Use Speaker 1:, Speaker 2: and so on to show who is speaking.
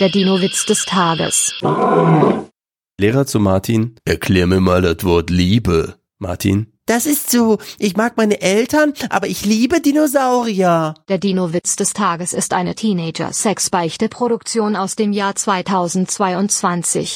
Speaker 1: Der Dino-Witz des Tages.
Speaker 2: Lehrer zu Martin. Erklär mir mal das Wort Liebe. Martin.
Speaker 3: Das ist so. Ich mag meine Eltern, aber ich liebe Dinosaurier.
Speaker 1: Der Dino-Witz des Tages ist eine Teenager-Sex-Beichte-Produktion aus dem Jahr 2022.